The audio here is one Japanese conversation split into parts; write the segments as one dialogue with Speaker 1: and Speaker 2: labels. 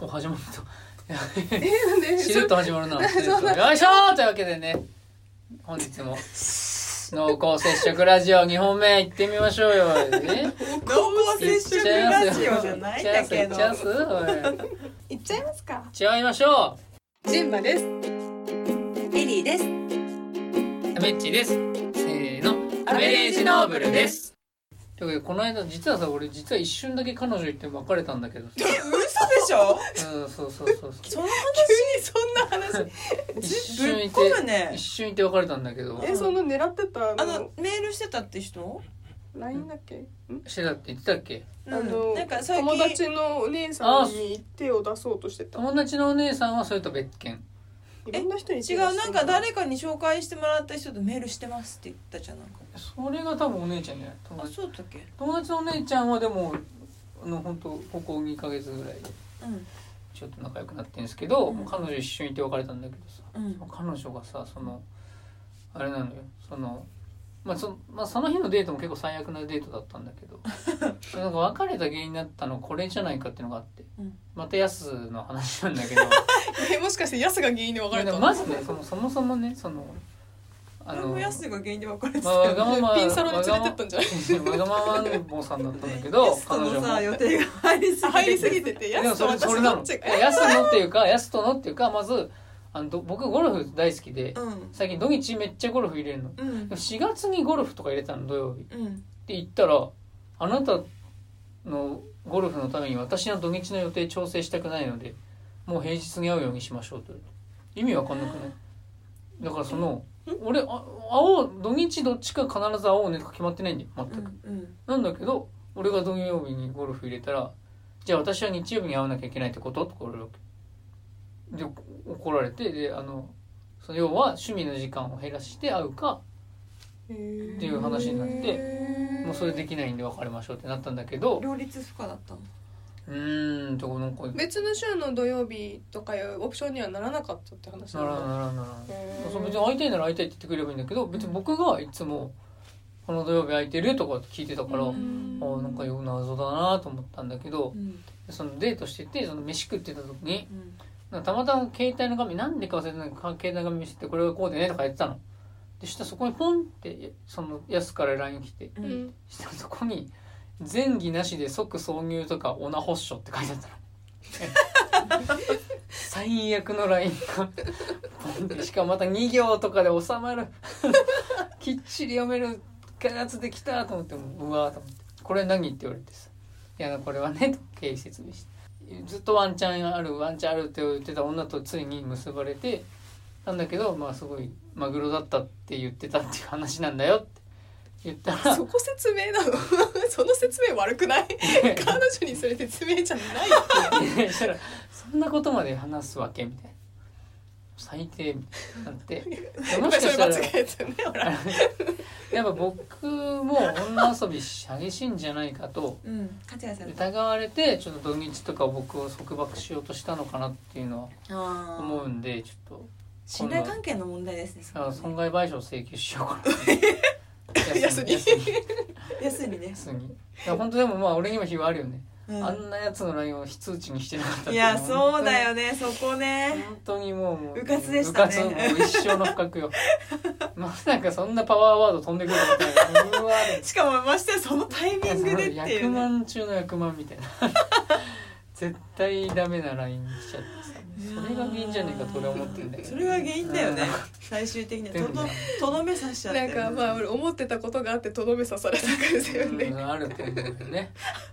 Speaker 1: お始まる と
Speaker 2: えなんで
Speaker 1: しれっと始まるな。 よいしょーというわけでね、本日も、濃厚接触ラジオ2本目行ってみましょうよ。ね、
Speaker 3: 濃厚接触ラジオじゃないんだけど
Speaker 1: チャンス、チャンス
Speaker 2: いっちゃいますか
Speaker 1: 違いましょ
Speaker 2: ジンバです
Speaker 3: エリーです
Speaker 1: う。ベッチです。せーの、アベレージノーブルです。というわけで、この間、実はさ、俺、実は一瞬だけ彼女行って別れたんだけど
Speaker 3: え嘘でしょ
Speaker 1: さ。うん、そうそうそうそう。
Speaker 3: そんな
Speaker 2: 急にそんな話
Speaker 1: 一
Speaker 3: 話ぶ
Speaker 1: 瞬
Speaker 3: っ
Speaker 1: い
Speaker 3: 込む
Speaker 1: て、
Speaker 3: ね
Speaker 1: 一瞬いて別れたんだけど、
Speaker 2: えその狙ってた
Speaker 3: あ
Speaker 2: あ
Speaker 3: の
Speaker 2: の
Speaker 3: メールしてたって人
Speaker 2: LINE だっけん
Speaker 1: してたって言ってたっけ
Speaker 3: うん
Speaker 2: あの
Speaker 3: なんか最近
Speaker 2: 友達のお姉さんに手を出そうとしてた
Speaker 1: 友達のお姉さんはそれと別件。
Speaker 2: いろんな人に
Speaker 3: 違
Speaker 2: 手
Speaker 3: う
Speaker 2: 出した
Speaker 3: なんか誰かに紹介してもらった人とメールしてますって言ったじゃんなんか
Speaker 1: それが多分お姉ちゃんじゃない友
Speaker 3: あ
Speaker 1: 達
Speaker 3: そうだっけ
Speaker 1: 友達のお姉ちゃんはでもあの本当ここ2ヶ月ぐらいで
Speaker 3: う
Speaker 1: ちょっと仲良くなってんですけど、
Speaker 3: うん
Speaker 1: もう彼女一緒にいて別れたんだけどさ
Speaker 3: んうん
Speaker 1: 彼女がさそのあれなのよその,、まあそまあ、その日のデートも結構最悪なデートだったんだけ どなんか別れた原因だったのこれじゃないかっていうのがあって、
Speaker 3: うん
Speaker 1: またヤスの話なんだ けど
Speaker 2: えもしかしてヤスが原因で別れ
Speaker 1: で
Speaker 2: た
Speaker 1: も
Speaker 2: の
Speaker 1: まずねそのそもそもねそのあ
Speaker 3: あれもヤスが原因で別れ
Speaker 1: ま
Speaker 3: てた
Speaker 1: あ、わがまま
Speaker 2: ピンサロに連れてったんじゃない
Speaker 1: わがままわがままんぼさんだったんだけど
Speaker 3: スト
Speaker 1: 彼女
Speaker 3: の
Speaker 1: も
Speaker 3: さ予定が入りすぎて
Speaker 2: 入りすぎててヤ
Speaker 1: でも
Speaker 2: ス
Speaker 1: そ
Speaker 2: と
Speaker 1: れ
Speaker 2: 私
Speaker 1: それな
Speaker 2: ど
Speaker 1: の
Speaker 2: っちが
Speaker 1: いややすのっていうかやすとのっていうかまずあのど僕ゴルフ大好きで
Speaker 3: うん
Speaker 1: 最近土日めっちゃゴルフ入れるの
Speaker 3: うん
Speaker 1: 4月にゴルフとか入れたの土曜日っ
Speaker 3: うん
Speaker 1: て言ったらあなたのゴルフのために私の土日の予定調整したくないのでもう平日に会うようにしましょうと言うと意味わかんなくないだからその俺あ会おう土日どっちか必ず会おうねとか決まってないんだよ全く、
Speaker 3: うん
Speaker 1: なんだけど俺が土曜日にゴルフ入れたら「じゃあ私は日曜日に会わなきゃいけないってこと?」とか俺がで怒られてであのその要は趣味の時間を減らして会うか
Speaker 2: ってい
Speaker 1: いう話になって
Speaker 2: て
Speaker 1: もうそれできないんで別れましょうってなったんだけど
Speaker 3: 両立不可だったの
Speaker 1: うーんとこなんか
Speaker 2: 別の週の土曜日とかいうオプションにはならなかったって話
Speaker 1: ならん
Speaker 2: んだ
Speaker 1: ならんならん
Speaker 2: へー
Speaker 1: そう別に会いたいなら会いたいって言ってくれればいいんだけど別に僕がいつも「この土曜日空いてる?」とか聞いてたから、
Speaker 2: うん
Speaker 1: あーなんかよく謎だなと思ったんだけど
Speaker 3: うん
Speaker 1: そのデートしててその飯食ってた時に
Speaker 3: うん
Speaker 1: なんかたまたま携帯の画面なんでか忘れてないけどか携帯の画面見せてこれがこうでねとかやってたのでしたらそこにポンってそのやすから LINE 来て
Speaker 3: う
Speaker 2: うんん
Speaker 1: したらそこに「前儀なしで即挿入とかオナホッショ」って書いてあったの最悪の LINE がポンってしかもまた2行とかで収まるきっちり読めるやつできたと思ってもううわーと思って「これ何?」って言われてさ「いやこれはね」と経緯説明して。ずっとワンチャンあるワンチャンあるって言ってた女とついに結ばれてなんだけどまあすごいマグロだったって言ってたっていう話なんだよって言 ったら
Speaker 2: そこ説明なの その説明悪くない 彼女にそれ説明じゃない
Speaker 1: でそしたら そんなことまで話すわけみたいな最低みたいになってでもしか
Speaker 2: それ
Speaker 1: した
Speaker 2: 間
Speaker 1: ら
Speaker 2: 違えたねほら
Speaker 1: やっぱ僕も女遊び激しいんじゃないかと
Speaker 3: うん勝谷さん
Speaker 1: 疑われてちょっと土日とか僕を束縛しようとしたのかなっていうのは
Speaker 3: あー
Speaker 1: 思うんでちょっと
Speaker 3: 信頼関係の問題ですねそこは
Speaker 1: あ
Speaker 3: ね
Speaker 1: 損害賠償請求しようか な
Speaker 2: 安に
Speaker 1: 安に
Speaker 3: 安にね、
Speaker 1: 安にいや本当でもまあ俺にも非はあるよね、
Speaker 3: うん
Speaker 1: あんなやつの LINE を非通知にしてなかったって
Speaker 3: い
Speaker 1: いうのは
Speaker 3: やそうだよねそこね
Speaker 1: 本当にもうも
Speaker 3: うかつでしたね
Speaker 1: うかつもう一生の不覚よ まさかそんなパワーワード飛んでくるみたいなうわ
Speaker 3: しかもましてやそのタイミングでってい
Speaker 1: 100
Speaker 3: うね
Speaker 1: 万中の100万みたいな絶対ダメな LINE しちゃってさそれが原因じゃねえかと俺は思ってるんだけど
Speaker 3: それが原因だよね
Speaker 1: うん
Speaker 3: 最終的には
Speaker 1: で
Speaker 3: と
Speaker 1: も
Speaker 3: ど
Speaker 1: ね
Speaker 3: とどめさしちゃって
Speaker 2: なんかまあ俺思ってたことがあってとどめ刺された感じだよ
Speaker 1: う
Speaker 2: ね
Speaker 1: ん、あると思うよね。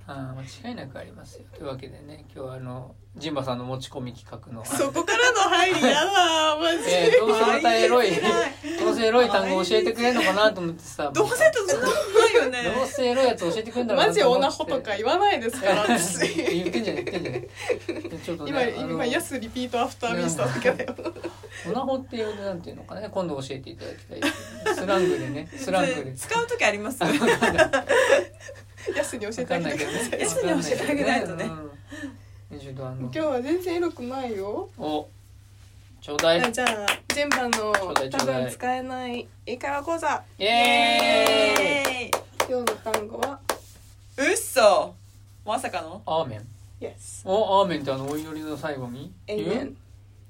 Speaker 1: あー間違いなくありますよ。というわけでね、今日はあの、ジンバさんの持ち込み企画の、
Speaker 2: そこからの入りやだマジ
Speaker 1: えーどうせまたエロい、
Speaker 3: はい
Speaker 1: どうせエロい単語教えてくれるのかなと思ってさ、
Speaker 3: どうせとずっとないよね
Speaker 1: どうせエロいやつ教えてくれるんだろう
Speaker 2: マ
Speaker 1: な
Speaker 2: ジ
Speaker 1: と思
Speaker 2: オ
Speaker 1: って。
Speaker 2: ナホとか言わないで すから私
Speaker 1: 言ってんじゃない言ってんじゃないでちょっとね
Speaker 2: 今
Speaker 1: あの
Speaker 2: 今ヤスリピートアフターミスターだけだよ
Speaker 1: オナホっていうなんていうのかね今度教えていただきたいスラング でねスラングで
Speaker 3: 使う時あります
Speaker 2: ヤスに教え
Speaker 1: わ
Speaker 2: て
Speaker 1: か
Speaker 2: あ
Speaker 1: ん
Speaker 2: げ
Speaker 1: な
Speaker 2: て
Speaker 1: い
Speaker 2: く
Speaker 1: け
Speaker 2: だ
Speaker 1: ど
Speaker 2: さい
Speaker 1: ね
Speaker 3: やつに教えてあげないとね
Speaker 1: うんちょっとあの
Speaker 2: 今日は全然エロくないよ
Speaker 1: おちょうだい
Speaker 2: じゃあ全番の
Speaker 1: ょうだいちょ
Speaker 2: 多
Speaker 1: うだい
Speaker 2: 分使えない英会話講座
Speaker 1: イエーイ
Speaker 3: イエーイ
Speaker 2: 今日の単語は
Speaker 3: うっそまさかの
Speaker 1: アーメン
Speaker 2: Yes.
Speaker 1: おアーメンってあのお祈りの最後に言う
Speaker 2: Amen.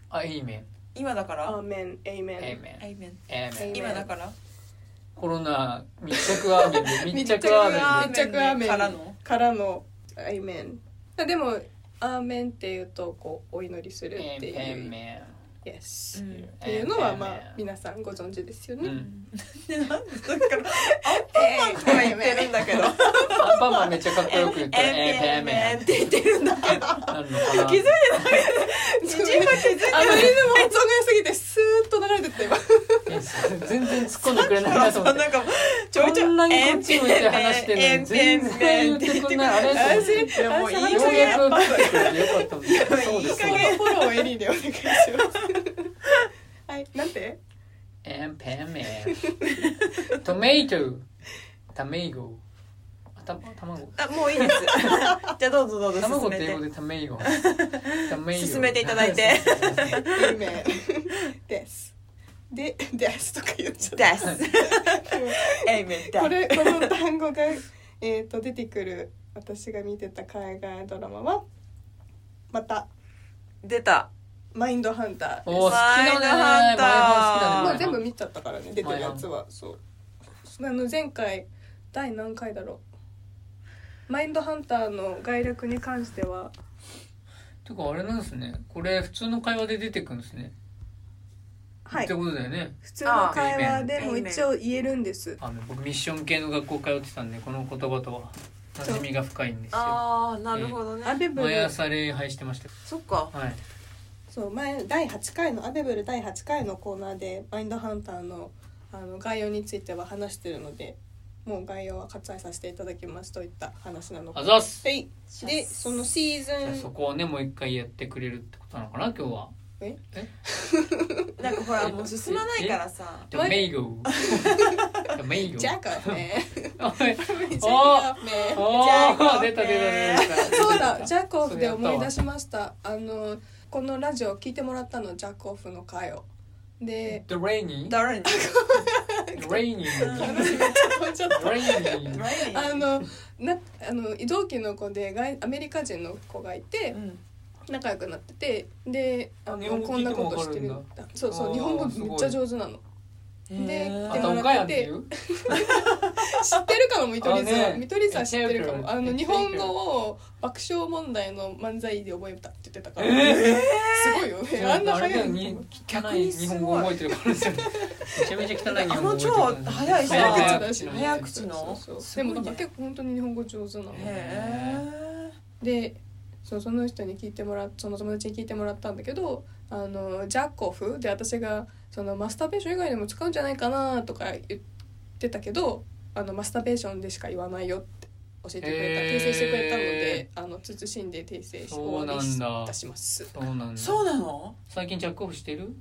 Speaker 1: あエイメン
Speaker 3: 今だから。
Speaker 2: Amen.
Speaker 1: エイ
Speaker 2: Amen.
Speaker 1: メン
Speaker 3: アイメン。
Speaker 1: エイメン
Speaker 2: Amen
Speaker 3: 今だから。
Speaker 1: コロナ密着アーメンで 密着アーメンで
Speaker 2: アーメンで
Speaker 3: アーメンからの。
Speaker 2: からの Amen。でも Amen っていうとこうお祈りするってい
Speaker 1: エイ
Speaker 2: う。
Speaker 1: メ
Speaker 2: Yes。
Speaker 3: う
Speaker 2: っ
Speaker 1: ン
Speaker 3: ん
Speaker 2: ていうのはまあ皆さんご存知ですよ
Speaker 1: う
Speaker 2: ね。
Speaker 1: ん
Speaker 3: なんでさっきからアンパンマンとか言ってるんだけど。
Speaker 1: アンパンマンめっちゃかっこよく言っ
Speaker 3: エン
Speaker 1: てるエイ
Speaker 3: ペンメン
Speaker 1: メ
Speaker 3: って言ってるんだけど。
Speaker 1: ンなるのかな
Speaker 3: 気づいて 自
Speaker 2: そう
Speaker 3: 分が気づいて
Speaker 2: あのリズム音が良すぎてスーッと流れてった今。
Speaker 1: え全然突っ込んでくれないなと思って
Speaker 3: なんかちょいちょい
Speaker 1: こんなにこっち向いて話してるのに全然言ってくんないあれと思って
Speaker 3: いやもういい
Speaker 1: ようやく
Speaker 3: 加減
Speaker 1: 来てくれてよかったもんね
Speaker 3: や
Speaker 1: そう です
Speaker 3: いい加
Speaker 1: そう
Speaker 3: 減
Speaker 1: です
Speaker 2: フォローをエリーでお願いします。はい、なんて
Speaker 1: エンペンメントメイトタメイゴあた卵
Speaker 3: あもういいですじゃあどうぞどうぞ
Speaker 1: 卵
Speaker 3: 進
Speaker 1: って英
Speaker 3: めて
Speaker 1: 語でタメイゴタメイゴ
Speaker 3: 進めていただいて
Speaker 2: Amen です。で、ですとか言っちゃった。
Speaker 3: ですエイメンだ
Speaker 2: これ、この単語が、えっと、出てくる、私が見てた海外ドラマは、また、
Speaker 3: 出た
Speaker 2: マインドハンター
Speaker 1: おー好き
Speaker 2: です。
Speaker 1: だね
Speaker 3: マインドハンター
Speaker 2: も
Speaker 1: マインドハンター
Speaker 2: う全部見ちゃったからね、出てるやつは。そう。あの、前回、第何回だろう。マインドハンターの概略に関しては、
Speaker 1: てかあれなんですねこれ普通の会話で出てくるんですね
Speaker 2: はい
Speaker 1: って。ことだよね
Speaker 2: 普通の会話でも一応言えるんです。
Speaker 1: あの僕ミッション系の学校通ってたんでこの言葉とは馴染みが深いんですよ
Speaker 3: あーなるほど
Speaker 2: ア
Speaker 3: ね
Speaker 2: ベブ
Speaker 1: 毎
Speaker 2: ル、
Speaker 1: 朝礼拝してましたよ
Speaker 3: そっか
Speaker 1: はい
Speaker 2: そう前第8回のアベブル第8回のコーナーでマインドハンターのあの概要については話してるので、もう概要は割愛させていただきますといった話なの
Speaker 1: あ
Speaker 2: か。
Speaker 1: ざっす
Speaker 2: はい。で、そのシーズ
Speaker 1: じゃあそ
Speaker 2: ン、
Speaker 1: こをねもう一回やってくれるってことなのかな今日は
Speaker 2: え
Speaker 3: なんかほらもう進まないからさ
Speaker 1: トメイ ゴトメイゴ
Speaker 2: ジャカ フね。
Speaker 1: おい
Speaker 2: ジャカフね。
Speaker 1: おー出た出た出た出た
Speaker 2: そう だジャコフで思い出しましたあのこのラジオ聞いてもらったのジャコフの回を で
Speaker 1: The rainy
Speaker 3: 誰に
Speaker 1: The rainy
Speaker 2: 私めっちゃ飛んじゃった
Speaker 1: rainy
Speaker 2: あのなあの移動機の子で外アメリカ人の子がいて
Speaker 3: うん
Speaker 2: 仲良くなっててであ
Speaker 1: あ日本
Speaker 2: の
Speaker 1: 語
Speaker 2: こんなことし
Speaker 1: 聞
Speaker 2: て
Speaker 1: いて
Speaker 2: る
Speaker 1: もわ
Speaker 2: そう
Speaker 1: あ
Speaker 2: そう
Speaker 1: ー
Speaker 2: 日本語めっちゃ上手なので
Speaker 3: へー
Speaker 1: あとおかやんっていう
Speaker 2: 知ってるかも見取り図
Speaker 1: あ
Speaker 2: は
Speaker 1: ね
Speaker 2: 見取り図は知ってるか
Speaker 1: 知ってる
Speaker 2: も
Speaker 1: かも
Speaker 2: あの日本語を爆笑問題の漫才で覚えたって言ってたから、
Speaker 1: え
Speaker 2: すごいよねあんな
Speaker 1: あれだよ
Speaker 2: 早い
Speaker 1: に
Speaker 2: の
Speaker 1: 汚い日本語覚えてるからですよねめちゃめちゃ汚い日本語覚えてる
Speaker 3: あの超早い人
Speaker 2: 早口
Speaker 1: 早
Speaker 2: だ
Speaker 1: 口
Speaker 2: し
Speaker 1: の
Speaker 3: 早口の
Speaker 2: そうそう
Speaker 3: すご
Speaker 2: で
Speaker 3: いね
Speaker 2: もなんか結構本当に日本語上手なの
Speaker 3: へ
Speaker 2: でそうその人に聞いてもらっその友達に聞いてもらったんだけどあのジャコフで私がそのマスターベーション以外にも使うんじゃないかなとか言ってたけどあのマスターベーションでしか言わないよって教えてくれた
Speaker 1: へー
Speaker 2: 訂正してくれたのであの慎んで訂正し
Speaker 1: そう
Speaker 2: 終
Speaker 1: な
Speaker 2: わり
Speaker 1: んだ
Speaker 2: いたします
Speaker 1: そうなん
Speaker 3: え
Speaker 1: だ
Speaker 3: そうなの
Speaker 1: 最近ジャックオフしてる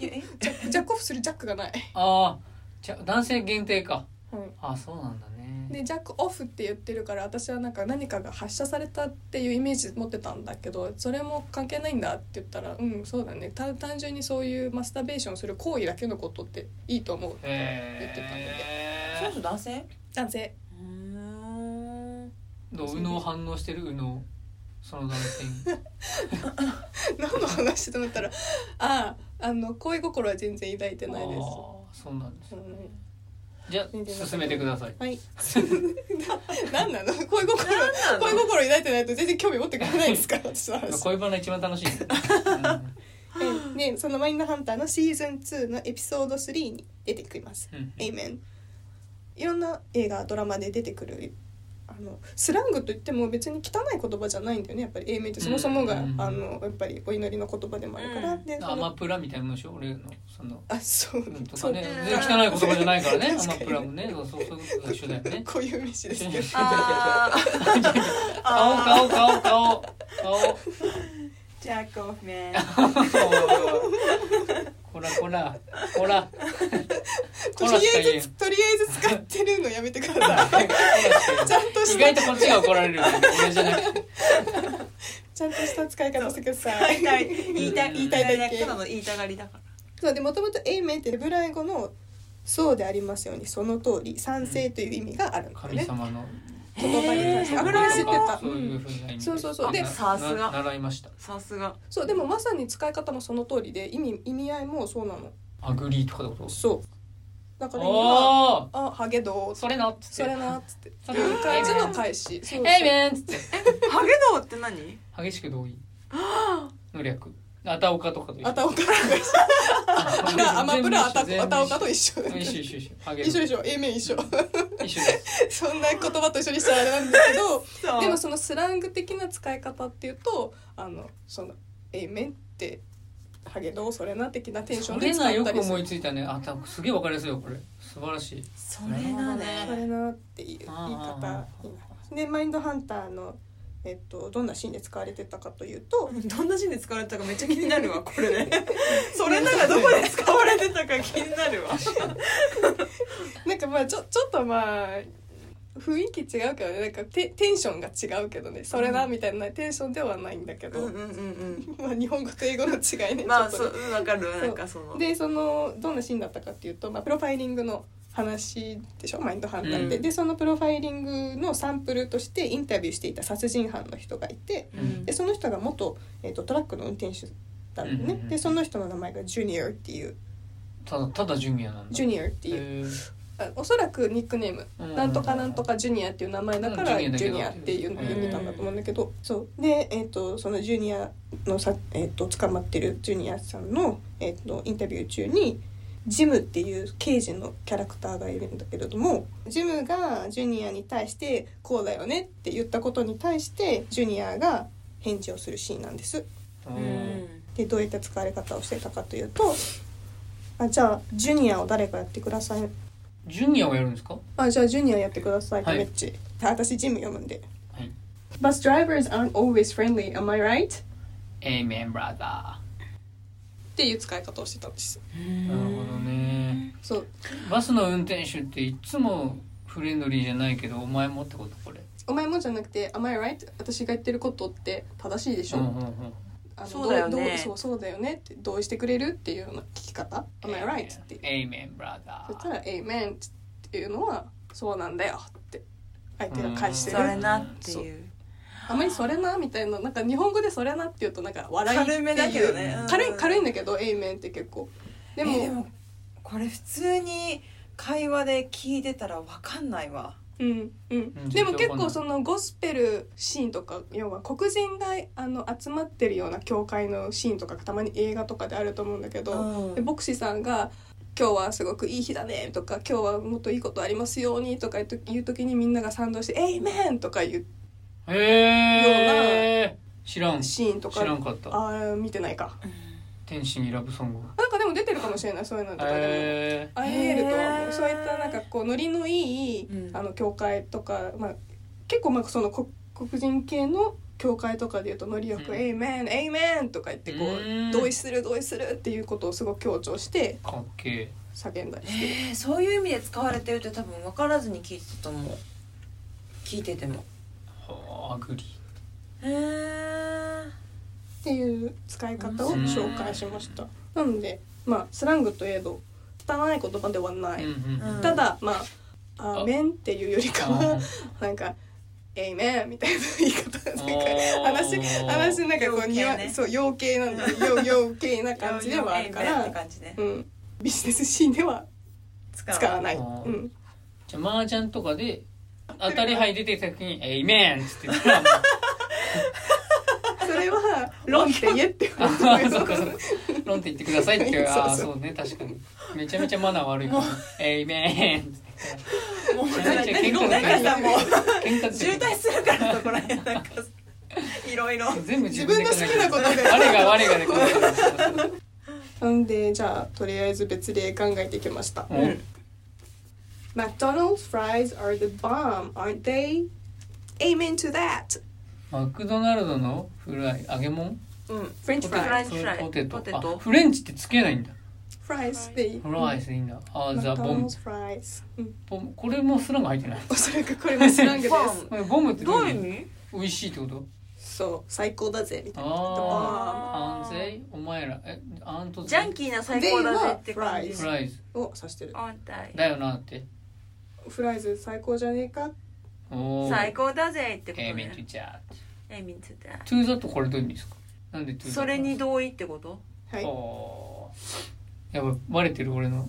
Speaker 3: いやえ
Speaker 2: ジャジャコフするジャックがない、
Speaker 1: ああじゃ男性限定か
Speaker 2: はい
Speaker 1: あそうなんだね
Speaker 2: でジャックオフって言ってるから私はなんか何かが発射されたっていうイメージ持ってたんだけどそれも関係ないんだって言ったらうんそうだねた単純にそういうマスターベーションする行為だけのことっていいと思う言ってたので
Speaker 1: へ
Speaker 3: そ
Speaker 1: え
Speaker 3: うそう男性
Speaker 2: 男性
Speaker 3: うーん
Speaker 1: どう右脳反応してる右脳その男性 に
Speaker 2: 何の話と思ったらあああの恋心は全然抱いて
Speaker 1: あ
Speaker 2: ないです、
Speaker 1: あそうなんです
Speaker 2: うん
Speaker 1: じゃあ進めてください
Speaker 2: はい。何なの恋心
Speaker 3: 何な
Speaker 2: 恋
Speaker 3: の
Speaker 2: 心抱いてないと全然興味持ってくれない ですから私の話
Speaker 1: 恋バナ一番楽しい、うん
Speaker 2: でねそのマインドハンターのシーズン2のエピソード3に出てきます
Speaker 1: うん
Speaker 2: エイメンいろんな映画ドラマで出てくるあのスラングといっても別に汚い言葉じゃないんだよねやっぱりエイメンってそもそもが、
Speaker 1: うん
Speaker 2: あのやっぱりお祈りの言葉でもあるから、
Speaker 3: うん
Speaker 2: でそ
Speaker 1: アマ
Speaker 2: の
Speaker 1: プラみたいなのでしょ俺のその
Speaker 2: あそう
Speaker 1: うんと
Speaker 2: そ
Speaker 1: か
Speaker 2: う
Speaker 1: ね
Speaker 3: そう
Speaker 1: 全然汚い言葉じゃないからねア
Speaker 2: 確か
Speaker 1: マ
Speaker 2: に
Speaker 1: プラもねそうそうそういうことと一緒だよね
Speaker 2: こういう飯ですけど
Speaker 3: あー
Speaker 1: 顔
Speaker 3: あ
Speaker 1: 顔顔顔顔
Speaker 3: ージャックオフメン
Speaker 1: こらこらこら
Speaker 2: と
Speaker 1: こ
Speaker 2: り
Speaker 1: らしか
Speaker 2: あ
Speaker 1: 言え
Speaker 2: え
Speaker 1: ん
Speaker 2: ずとりあえず使ってるのやめてくだ さい ちゃんと
Speaker 1: 意
Speaker 2: し
Speaker 1: 外
Speaker 2: た
Speaker 1: とこっちが怒られるよね俺じゃなくて
Speaker 2: ちゃんとした使い方してください
Speaker 3: 言いたい 言いたい言いたいだけ
Speaker 2: うん
Speaker 3: ただの言いたがりだから
Speaker 2: そうでもともと「エイメン」ってヘブライ語の「そうでありますようにその通り賛成という意味があるんだよ
Speaker 1: 神
Speaker 2: ね
Speaker 1: 様の
Speaker 2: 言葉に対して
Speaker 3: へー
Speaker 2: 油知ってた
Speaker 1: そういうふうな意味
Speaker 2: そうそうそうで
Speaker 1: な
Speaker 3: さすが
Speaker 1: な習いました
Speaker 3: さすが
Speaker 2: そうでもまさに使い方もその通りで意味意味合いもそうなの
Speaker 1: アグリーとかってこと
Speaker 2: そうだから今
Speaker 1: あ
Speaker 2: あハゲド
Speaker 1: あ
Speaker 2: ー
Speaker 1: それなっつって
Speaker 2: それなっつって
Speaker 1: それ
Speaker 2: いう感じの返しそうそう
Speaker 1: えいめんっつって
Speaker 3: ハゲドウって何
Speaker 1: 激しく同意の 略あたおかとかと一緒
Speaker 2: あたおかアマプラあたあたおかと一緒
Speaker 1: 一緒一緒一緒ハゲ
Speaker 2: 一緒一緒 A 面一緒
Speaker 1: 一緒です
Speaker 2: そんな言葉と一緒にしたらあれなんだけど
Speaker 3: そう
Speaker 2: でもそのスラング的な使い方っていうとあのその「えめん」って「ハゲどうそれな」的なテンション
Speaker 1: そ
Speaker 2: で
Speaker 1: れ
Speaker 2: 使
Speaker 1: な
Speaker 2: っ
Speaker 1: よ
Speaker 2: た
Speaker 1: く
Speaker 2: りす
Speaker 1: 思
Speaker 2: る
Speaker 1: いついたねあたすげえわかりやすいよこれ素晴らしい
Speaker 3: それだ
Speaker 2: それ
Speaker 3: ね
Speaker 2: なっていう言い方になりますでマインドハンターの、えっと、どんなシーンで使われてたかというと
Speaker 3: どんなシーンで使われてたかめっちゃ気になるわこれね それながどこで使われてたか気になるわ
Speaker 2: なんかまあちょちょっとまあ雰囲気違うけどねなんかテテンションが違うけどねそれなみたいなテンションではないんだけ
Speaker 3: うん
Speaker 2: ど、
Speaker 3: うんうん
Speaker 2: まあ日本語と英語の違いね
Speaker 3: うんまあ
Speaker 2: ちょっ
Speaker 3: そ
Speaker 2: とね
Speaker 3: ううんわかる
Speaker 2: そう
Speaker 3: なんかその
Speaker 2: でそのどんなシーンだったかっていうと、まあ、プロファイリングの話でしょマインドハンターって、
Speaker 1: うん
Speaker 2: でそのプロファイリングのサンプルとしてインタビューしていた殺人犯の人がいて
Speaker 3: うん
Speaker 2: でその人が元、えー、とトラックの運転手だったのね、
Speaker 1: うんうんうん
Speaker 2: でその人の名前がジュニアっていう
Speaker 1: ただただジュニアなんだ
Speaker 2: ジュニアっていう、
Speaker 1: へー
Speaker 2: あおそらくニックネーム、
Speaker 1: うん
Speaker 2: なんとかなんとかジュニアっていう名前だか
Speaker 1: う
Speaker 2: ら
Speaker 1: ん
Speaker 2: ジ
Speaker 1: ジュニアだけ
Speaker 2: ュ
Speaker 1: ど
Speaker 2: ニアって呼ん
Speaker 1: うん
Speaker 2: 呼んでたんだと思うんだけどそうで、えー、とそのジュニアのさ、えー、と捕まってるジュニアさんの、えー、とインタビュー中にジムっていう刑事のキャラクターがいるんだけれどもジムがジュニアに対して「こうだよね」って言ったことに対してジュニアが返事をするシーンなんです。
Speaker 1: う
Speaker 3: うんん
Speaker 2: でどういった使われ方をしてたかというとあじゃあジュニアを誰かやってください
Speaker 1: ジュニアをやるんですか
Speaker 2: あじゃあジュニアやってください、
Speaker 1: は
Speaker 2: はいい、めっちゃ私ジム読むんで
Speaker 1: はい
Speaker 2: Bus drivers aren't always friendly, am I right?
Speaker 1: エイメンブラザ
Speaker 2: っていう使い方をしてたんです
Speaker 1: ーなるほどね
Speaker 2: そう
Speaker 1: バスの運転手っていつもフレンドリーじゃないけどお前もってことこれ
Speaker 2: お前もじゃなくて Am I right? 私が言ってることって正しいでしょ、
Speaker 1: うんうんうん
Speaker 2: あの
Speaker 3: そうだよね
Speaker 2: どどうそうそうだよねって同意してくれるっていうような聞き方 Am I right? って
Speaker 1: エイメンブラザ
Speaker 2: そ
Speaker 1: ー
Speaker 2: したら Amen っていうのはそうなんだよって相手が返して
Speaker 3: そ
Speaker 2: る
Speaker 1: うん
Speaker 3: れなっていう
Speaker 2: あまりそれなみたいななんか日本語でそれなっていうとなんか笑いっていう
Speaker 3: 軽めだけどねうん
Speaker 2: 軽い軽いんだけど Amen って結構でも,、
Speaker 3: えでもこれ普通に会話で聞いてたらわかんないわ
Speaker 2: うんうん
Speaker 1: うん
Speaker 2: でも
Speaker 1: 絶対
Speaker 2: 結
Speaker 1: わかんない
Speaker 2: 構そのゴスペルシーンとか要は黒人があの集まってるような教会のシーンとかたまに映画とかであると思うんだけど、で牧師さんが「今日はすごくいい日だね」とか「今日はもっといいことありますように」とか言うと言う時にみんなが賛同して「エイメン!」とか言
Speaker 1: へえ知らん
Speaker 2: う
Speaker 1: 知
Speaker 2: シーンとから
Speaker 1: んかった
Speaker 2: あー見てないか
Speaker 1: 天使にラブソング
Speaker 2: なんかでも出てるかもしれないそういうのとかでも。
Speaker 1: へえ
Speaker 2: ありえるとは思
Speaker 3: へー
Speaker 2: うそういったなんかこうノリのいい、
Speaker 3: うん
Speaker 2: あの教会とか、まあ、結構まあそのこ黒人系の教会とかでいうとノリよく
Speaker 1: う
Speaker 2: 「
Speaker 1: ん
Speaker 2: エイメンエイメン」とか言ってこ
Speaker 1: うーん
Speaker 2: う同意する同意するっていうことをすごく強調して
Speaker 1: かっけえ
Speaker 2: 叫んだりしてる
Speaker 3: えーそういう意味で使われてるって多分分からずに聞いてたと思う聞いてても
Speaker 1: はあアグリ
Speaker 3: へえ
Speaker 2: っていう使い方を紹介しました。なのでまあスラングといえど汚い言葉ではない。
Speaker 1: うんうんうん
Speaker 3: うん
Speaker 2: ただまあ「アーメン」っていうよりかは
Speaker 1: あ
Speaker 2: なんか「エイメン」みたいな言い方なんか
Speaker 1: ー
Speaker 2: 話話なんかこう
Speaker 3: 陽気
Speaker 2: に
Speaker 3: や
Speaker 2: わ、
Speaker 3: ね
Speaker 2: そう陽系 なんだ陽陽系な感じではあるか
Speaker 3: えーって
Speaker 2: ら、
Speaker 3: 感じね
Speaker 2: うん、ビジネスシーンでは
Speaker 3: 使
Speaker 2: 使わない、
Speaker 1: あ
Speaker 2: う
Speaker 1: ー
Speaker 2: ん、
Speaker 1: じゃあ麻雀とかで当たり牌出てきた時に「エイメン!」っつって言ったらもう
Speaker 2: それは「論って言え」って
Speaker 1: あ
Speaker 2: 言われ
Speaker 1: そう
Speaker 2: て
Speaker 1: かそうかロンって言ってくださいっていうああ
Speaker 2: そうそ
Speaker 1: そうね確かにめちゃめちゃマナー悪いから「エイメン!」
Speaker 3: もう
Speaker 1: なんか
Speaker 3: 何
Speaker 1: 喧嘩
Speaker 3: なんかさもう
Speaker 1: 喧 嘩つ
Speaker 3: 渋
Speaker 1: け て
Speaker 3: 滞するからそこら辺なんかいろいろ
Speaker 1: 全部
Speaker 2: 自
Speaker 1: 自
Speaker 2: 分
Speaker 1: 分
Speaker 2: の
Speaker 1: で
Speaker 2: 好きなこと で
Speaker 1: 我が我がでこうやって
Speaker 2: なんでじゃあとりあえず別例考えてきました
Speaker 1: うん
Speaker 2: McDonald's fries are the bomb, aren't they? Amen to that!
Speaker 1: マクドナルドのフライ揚げ物
Speaker 3: うん
Speaker 2: フレンチフ
Speaker 3: フ
Speaker 2: ラ
Speaker 3: ラ
Speaker 2: イ
Speaker 3: イフライ
Speaker 1: ポテト
Speaker 3: ポテト
Speaker 1: あフレンチってつけないんだ
Speaker 2: フライスでいい
Speaker 1: フライスいいんだあザボム
Speaker 2: McDonald's fries、うん、
Speaker 1: ボムこれもスラング入ってない
Speaker 2: おそらくこれもスラングで
Speaker 3: ボ
Speaker 2: す
Speaker 3: ン
Speaker 1: これボムって
Speaker 3: ど
Speaker 1: ど
Speaker 3: う
Speaker 1: う
Speaker 3: い
Speaker 1: いうう意味
Speaker 3: 意味
Speaker 1: 美味しいってこと
Speaker 2: そう最高だぜみたいな
Speaker 1: ああ
Speaker 3: あー
Speaker 1: 安全お前らえあんと
Speaker 3: ジャンキーな最高だぜって感じ
Speaker 2: でー
Speaker 1: フライズ
Speaker 2: を指してる
Speaker 3: 安泰
Speaker 1: だよなって
Speaker 2: フライズ最高じゃねえか
Speaker 1: おー
Speaker 3: 最高だぜってこと
Speaker 1: えー、めっち
Speaker 3: ね
Speaker 1: ゃちゃ
Speaker 3: えみつって
Speaker 1: トゥーザとこれどういう意味ですかなんでトゥーザ
Speaker 3: それに同意ってこと
Speaker 2: はい
Speaker 1: おーやばいバレてる俺の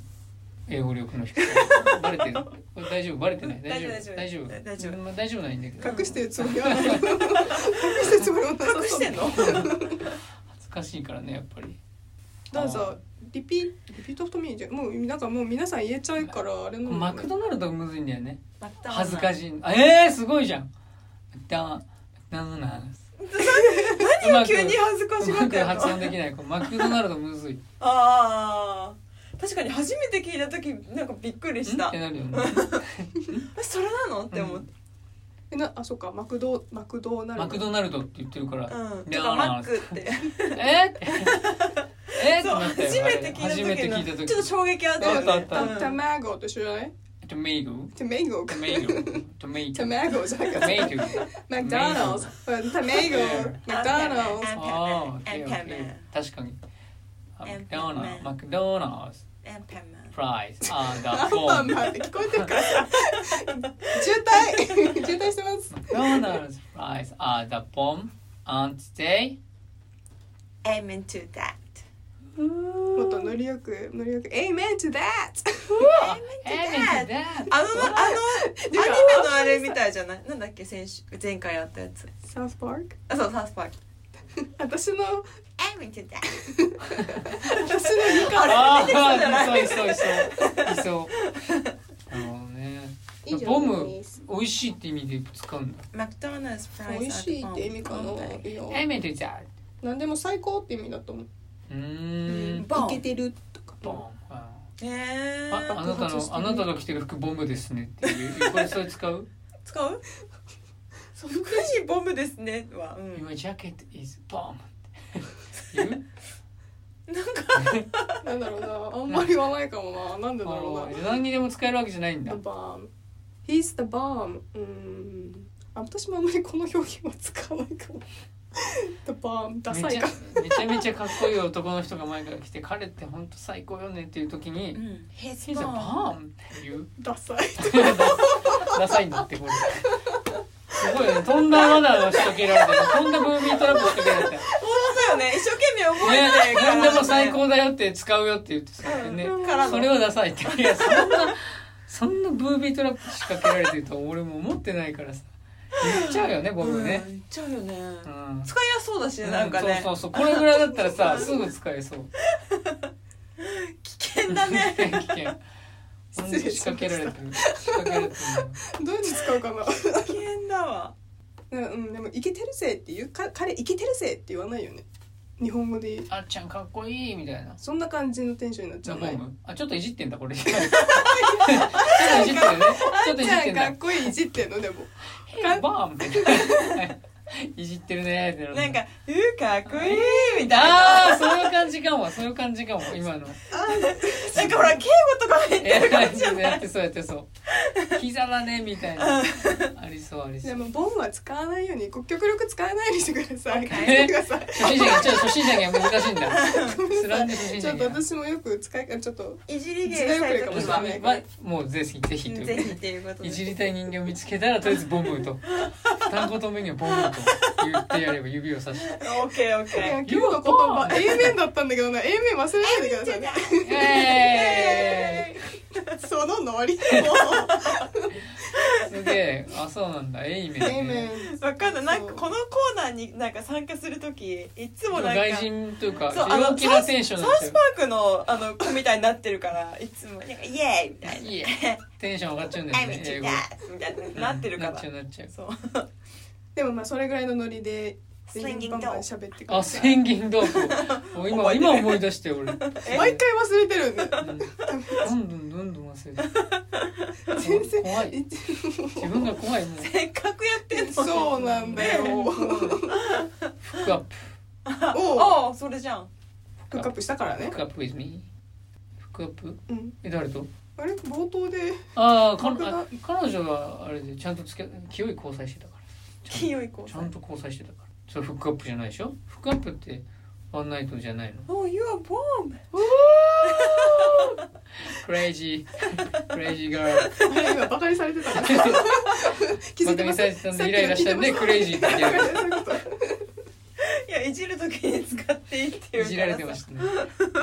Speaker 1: 英語力の 低さバレてるこれ大丈夫バレてない大丈夫
Speaker 3: 大丈夫大丈夫
Speaker 1: 大
Speaker 3: 大
Speaker 1: 丈
Speaker 3: 丈
Speaker 1: 夫
Speaker 3: 夫
Speaker 1: まあ大丈夫ないんだけど
Speaker 2: 隠してるつもりはない隠してるつもりはない
Speaker 3: 隠してんの
Speaker 1: 恥ずかしいからねやっぱり
Speaker 2: どうぞリピリピートフトミーじゃもうなんかもう皆さん言えちゃうからあれなの
Speaker 1: マクドナルドむずいんだよね恥ずか
Speaker 3: い
Speaker 1: しいあえー、すごいじゃんマクド ナルド何
Speaker 3: 急に恥ずかし
Speaker 1: う
Speaker 3: が
Speaker 1: ま
Speaker 3: っ
Speaker 1: く
Speaker 3: てんの
Speaker 1: 発音できないこうマクドナルドむずい
Speaker 3: ああ確かに初めて聞いた時なんかびっくりし
Speaker 1: んったて
Speaker 3: え
Speaker 1: なるよね
Speaker 3: それなのって思って
Speaker 2: えなあそっかマクドマクドナルド
Speaker 1: マクドナルドって言ってるから
Speaker 3: うん
Speaker 1: で
Speaker 3: とかマックって
Speaker 1: えっ えっって
Speaker 3: そう
Speaker 1: なっ
Speaker 3: 初
Speaker 1: たよ
Speaker 3: めて聞いた
Speaker 1: 初めて聞い
Speaker 3: 時
Speaker 1: た時
Speaker 3: のちょっと衝撃あった
Speaker 1: あったあ
Speaker 3: よ
Speaker 1: っ
Speaker 3: ね
Speaker 1: た
Speaker 3: う
Speaker 2: た
Speaker 3: ん
Speaker 2: 卵と一緒じゃない
Speaker 1: トメイト
Speaker 2: タメイゴか
Speaker 1: トメイト トメイト
Speaker 2: タメイゴじゃないか
Speaker 1: トメイト
Speaker 2: マクドナルドタメイゴマクドナルド
Speaker 1: ああ
Speaker 3: And pepper.
Speaker 1: 確かにあ
Speaker 3: And
Speaker 1: マクドナマク
Speaker 3: pepper.
Speaker 1: ドナルド
Speaker 3: エンパンマン
Speaker 1: プライズアンダ
Speaker 2: ア
Speaker 1: ー
Speaker 2: ン
Speaker 1: フォ
Speaker 2: パ
Speaker 1: ー
Speaker 2: ン
Speaker 1: ム
Speaker 2: マンって聞こえてるからさ渋 滞 渋滞してます
Speaker 1: マクドナルドプライズアンダーフォームアンティデイ
Speaker 3: I'm into that
Speaker 2: もっと乗りよく乗りよく「Amen to that!
Speaker 1: エミだ
Speaker 3: あのあのアニメのあれみたいじゃないなんだっけ先週前回やったやつ」
Speaker 2: South Park
Speaker 3: あそうサースパーク
Speaker 2: 私の
Speaker 3: I'm into that
Speaker 2: 私の言い方
Speaker 1: あ
Speaker 3: 出てきそうじゃ
Speaker 1: あ
Speaker 3: ない
Speaker 1: ーいそういそういそういそうなるほどねボム美味しいって意味で使うんだ
Speaker 3: マクドナルドプライズ
Speaker 2: 美味しいって意味か
Speaker 3: うん
Speaker 2: ないや
Speaker 1: エミトだ
Speaker 2: 何でも最高って意味だと思う
Speaker 1: うーん
Speaker 3: ボン
Speaker 2: いけてるとか
Speaker 1: ボンあ
Speaker 3: え
Speaker 1: あなたのあなたが着てる服ボムですねっていうこれそれ使う
Speaker 3: 使うそう服にボムですねは、 う
Speaker 1: Your
Speaker 3: ん、
Speaker 1: jacket is bomb 言う
Speaker 2: なんだろうなあんまり言わないかもななんでだろ
Speaker 1: あ
Speaker 2: う
Speaker 1: ー何にでも使えるわけじゃないんだ
Speaker 2: な The bomb He's the bomb うーんあ私もあんまりこの表現は使わないかも The bomb ダサ
Speaker 1: め
Speaker 2: い
Speaker 1: ちゃ
Speaker 2: か
Speaker 1: めちゃめちゃかっこいい男の人が前から来て彼って本当最高よねっていう時に
Speaker 3: う
Speaker 1: 「
Speaker 3: ん、ヘス
Speaker 1: 先生バーン!」って言う
Speaker 2: ダサい
Speaker 1: ダサいんだってこれすごいよねとんだ罠を仕掛けられてるとんだブービートラップ仕掛けられてる
Speaker 3: 本当だよね一生懸命覚えて
Speaker 1: ね
Speaker 3: から
Speaker 1: 何でも最高だよって使うよって言ってさ
Speaker 3: うん
Speaker 1: ね
Speaker 3: からの
Speaker 1: それはダサいっていやそんなそんなブービートラップ仕掛けられてるとは俺も思ってないからさ言っちゃうよね
Speaker 3: う
Speaker 1: ボム
Speaker 3: ん
Speaker 1: ね、
Speaker 3: 言っちゃうよね、
Speaker 1: うん
Speaker 3: 使いやすそうだしねなんかね、
Speaker 1: そうそうそうこれぐらいだったらさすぐ使えそう
Speaker 3: 危険だね
Speaker 1: 危険
Speaker 2: 失礼しました
Speaker 1: 仕掛けられてる仕掛けられてる
Speaker 2: どうやって使うかな
Speaker 3: 危険だわ
Speaker 2: うんうんでも「イケてるぜ」って言うか彼「イケてるぜ」って言わないよね日本語で
Speaker 1: あっちゃんかっこいいみたいな
Speaker 2: そんな感じのテンションになっち
Speaker 1: じ
Speaker 2: ゃ
Speaker 1: ゃ
Speaker 2: う
Speaker 1: ボ
Speaker 2: ない
Speaker 1: ムあちょっといじってんだこれ ちょっといじってるねちょっとい
Speaker 2: じ
Speaker 1: じっ
Speaker 2: ゃ
Speaker 1: て
Speaker 2: あ
Speaker 1: ん
Speaker 2: か
Speaker 1: だ
Speaker 2: っこいいいじってんのでも
Speaker 1: ヘイバーンみたいないじってるねってる
Speaker 3: なんか「うーかっこいい」みたいな
Speaker 1: ああそういう感じかもそういう感じかも今の
Speaker 3: なんかほら敬語とか入ってる感じじゃな
Speaker 1: やっ
Speaker 3: い
Speaker 1: てそうやってそう膝だねみたいなありそうありそ
Speaker 2: で
Speaker 1: う
Speaker 2: もボンは使わないように極力使わないようにしてくだ さい。
Speaker 3: Okay
Speaker 2: してください。
Speaker 1: 初心者にちょっと初心者には難しいんだスランで初心
Speaker 2: ち
Speaker 1: 者
Speaker 2: ょっ
Speaker 1: に
Speaker 2: と
Speaker 1: は
Speaker 2: 私もよく使いちょっと
Speaker 3: いじり芸したい時
Speaker 2: 時代
Speaker 3: は
Speaker 2: 遅れかもしれない
Speaker 1: まあもうぜひぜひという
Speaker 3: ぜひっていうことで
Speaker 1: いじりたい人間を見つけたらとりあえずボムと単語と目にはボムと言ってやれば指をさして
Speaker 3: オッケーオ ッ
Speaker 2: いや
Speaker 3: ケ
Speaker 2: 今日の言葉 A 面だったんだけどな A 面忘れないでくださいね。
Speaker 1: 「え
Speaker 2: そのノ リ。
Speaker 1: ーい!」すげえあそうなんだ「えいめん
Speaker 2: A
Speaker 1: ね」
Speaker 2: 面
Speaker 3: ーわかんないなんかこのコーナーになんか参加する時いつもなんか
Speaker 1: 外人というか
Speaker 3: そうあの
Speaker 1: 陽気なテンションに
Speaker 3: サ
Speaker 1: なっ
Speaker 3: ウ
Speaker 1: ちゃ
Speaker 3: ス
Speaker 1: う
Speaker 3: パークのあの子みたいになってるからいつもなんかイエーイみたいな「
Speaker 1: いいえテンション上がっちゃうんだよ
Speaker 3: I'm
Speaker 1: ね
Speaker 3: into
Speaker 1: 英語
Speaker 3: that」みたいななってるか
Speaker 1: な
Speaker 3: ら
Speaker 1: っちゃうなっちゃう
Speaker 3: そう
Speaker 2: でもまあそれぐらいのノリで
Speaker 3: スインギン
Speaker 2: バン
Speaker 3: ド
Speaker 2: バン
Speaker 3: ー
Speaker 2: 喋ってくだ
Speaker 1: あ
Speaker 2: さ
Speaker 1: 千
Speaker 2: い。
Speaker 1: 銀豆腐もう今
Speaker 3: 覚えて
Speaker 1: 今
Speaker 3: ない
Speaker 1: 思い出して俺、うん、ど
Speaker 2: 毎回忘れてるんで。
Speaker 1: んどんどんどん忘れて
Speaker 2: 全然
Speaker 1: 怖い自分が怖いもう
Speaker 3: せっかくやってん の
Speaker 2: そうなんだよ。
Speaker 1: フックアップ
Speaker 2: お
Speaker 3: ああそれじゃん
Speaker 2: フックアップしたから
Speaker 1: フ
Speaker 2: ね
Speaker 1: ッ。クアップ with me フックアップ
Speaker 2: うん。
Speaker 1: え誰と
Speaker 2: あれ冒頭で
Speaker 1: ああか
Speaker 2: 僕が
Speaker 1: あ彼女はあれでちゃんとつけ清い交際してたから
Speaker 3: 清い子
Speaker 1: ちゃんと交際してたからそれフックアップじゃないでしょフックアップってワンナイトじゃないの
Speaker 3: Oh, you are bomb!
Speaker 1: クレイジ ークレイジーガール
Speaker 2: 今バカにされてたから 気づ
Speaker 1: ま
Speaker 2: いて
Speaker 1: た
Speaker 2: ま
Speaker 1: ミ
Speaker 2: す
Speaker 1: サイさんでイライラしたんでクレイジーって言って る
Speaker 3: いや、いじるときに使ってい いっていうから
Speaker 1: いじられてましたね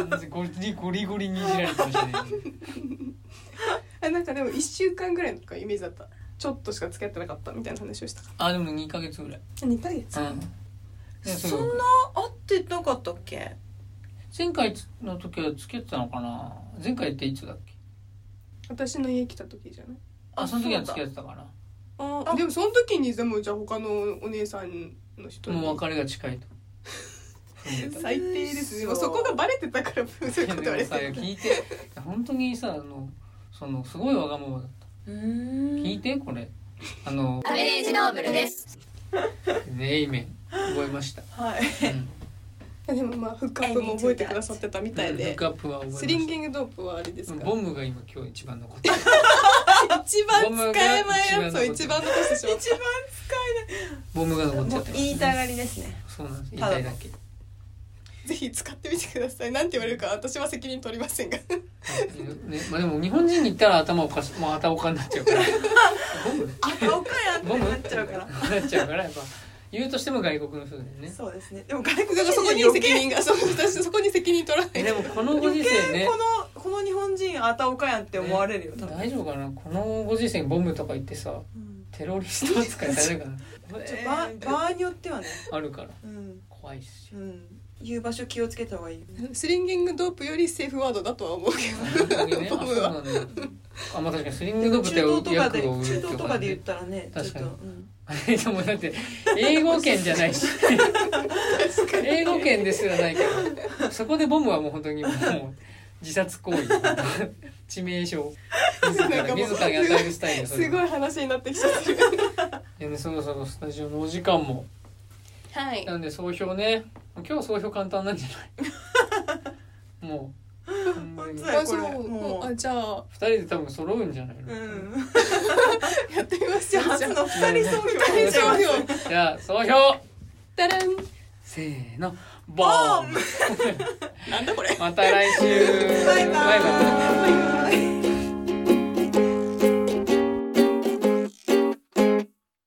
Speaker 1: 完全ゴリゴリゴリにいじられてましたね
Speaker 2: あなんかでも1週間ぐらいのイメージだったちょっとしか付き合ってなかったみたいな話をしたか
Speaker 1: あでも2ヶ月ぐらい
Speaker 2: ら2ヶ月
Speaker 1: うんいや
Speaker 3: そ
Speaker 1: そ
Speaker 3: ん
Speaker 1: う
Speaker 3: な会ってなかったっけ
Speaker 1: 前回の時は付き合ってたのかな前回っていつだっけ
Speaker 2: 私の家来た時じゃない
Speaker 1: あその時は付き合
Speaker 3: っ
Speaker 1: ってたかな
Speaker 2: あ
Speaker 3: あ
Speaker 2: でもその時にでもじゃあ他のお姉さんの人に
Speaker 1: もう別れが近いと踏んでた
Speaker 2: 最低ですね
Speaker 3: 嘘
Speaker 2: もうそこがバレてたからそういうこと言わ
Speaker 1: で
Speaker 2: れ
Speaker 1: もさ
Speaker 2: てる
Speaker 1: 聞いて本当にさあのそのすごいわがままだった
Speaker 3: うーん
Speaker 1: 聞いてこれあの
Speaker 4: アベレージノーブルです。
Speaker 1: ねイメン覚えました、
Speaker 3: はい
Speaker 1: うん
Speaker 2: でもまあフックアップも覚えてくださってたみた
Speaker 1: フ
Speaker 2: い
Speaker 1: ッ
Speaker 2: で
Speaker 1: クアップは覚えま
Speaker 2: スリン
Speaker 1: し
Speaker 2: ギングドープはあれです
Speaker 1: た
Speaker 2: か
Speaker 1: ボムが今今日一番残ってる
Speaker 2: 一番使えないやつを一番残してしまっ
Speaker 3: 一番
Speaker 1: ボムが残っち
Speaker 3: も
Speaker 1: ゃっ
Speaker 3: う
Speaker 1: てます
Speaker 3: 言いたがりですね
Speaker 1: そうなんです言いたいだけ
Speaker 2: たぜひ使ってみてくださいなんて言われるか私は責任取りませんが
Speaker 1: ね、まあでも日本人に言ったら頭おかしもうあたおかになっちゃう からボム
Speaker 3: あ顔かやって
Speaker 1: ボム
Speaker 3: なっちゃうから
Speaker 1: なっちゃうからやっぱ言うとしても外国の人だよ ね
Speaker 3: そうですねでも外国
Speaker 2: だからそこに責任がそう私そこに責任取らない
Speaker 1: えでもこのご
Speaker 3: 余
Speaker 1: 時
Speaker 3: 計
Speaker 1: 世ね
Speaker 3: このこの日本人あたおかやんって思われるよ多分
Speaker 1: 大丈夫かなこのご時世にボムとか言ってさ
Speaker 3: うん
Speaker 1: テロリスト扱いされるかな
Speaker 3: ちょ場場合によってはね
Speaker 1: あるから
Speaker 3: うん
Speaker 1: 怖いし
Speaker 3: うん言う場所気をつけた方がいいよね
Speaker 2: スリンギングドープよりセーフワードだとは思うけど
Speaker 1: 本当にねあ
Speaker 2: ボム
Speaker 1: そう
Speaker 2: は
Speaker 1: なんだよあまあ確かにスリング
Speaker 3: 中
Speaker 1: ドブって
Speaker 3: 東とかで
Speaker 1: 役を売
Speaker 3: 中
Speaker 1: る
Speaker 3: 東と
Speaker 1: と
Speaker 3: か
Speaker 1: か
Speaker 3: で言っ
Speaker 1: ね
Speaker 3: たらねちょっ
Speaker 1: 確
Speaker 3: と
Speaker 1: か
Speaker 3: う
Speaker 1: に
Speaker 3: ん
Speaker 1: でもだって英語圏じゃないし英語圏ですらないからそこでボムはもう本当にもう自殺行為致命傷自
Speaker 2: なんからもう
Speaker 1: 自らに与えるスタイルそれ
Speaker 2: すごい話になってきちゃってる
Speaker 1: でねそろそろスタジオのお時間も
Speaker 2: はい
Speaker 1: なんで総評ね今日総評簡単なんじゃ ないもうほんまに
Speaker 3: 本当
Speaker 1: 二
Speaker 2: あ
Speaker 3: だよこ
Speaker 2: そ
Speaker 3: れ
Speaker 2: うもう
Speaker 3: も
Speaker 2: あじゃあ
Speaker 1: 人で多分揃うんじゃないの、
Speaker 3: ううん
Speaker 2: やってみまし
Speaker 3: じ
Speaker 2: ょ
Speaker 3: ゃあ
Speaker 2: うじ
Speaker 3: 初
Speaker 2: ゃあ
Speaker 3: の二人総評
Speaker 2: 大丈夫よ
Speaker 1: じゃあ総評
Speaker 2: ダラン
Speaker 1: せーのボーン
Speaker 2: なんだこれ
Speaker 1: また来週
Speaker 3: バイバイ
Speaker 1: バイバイ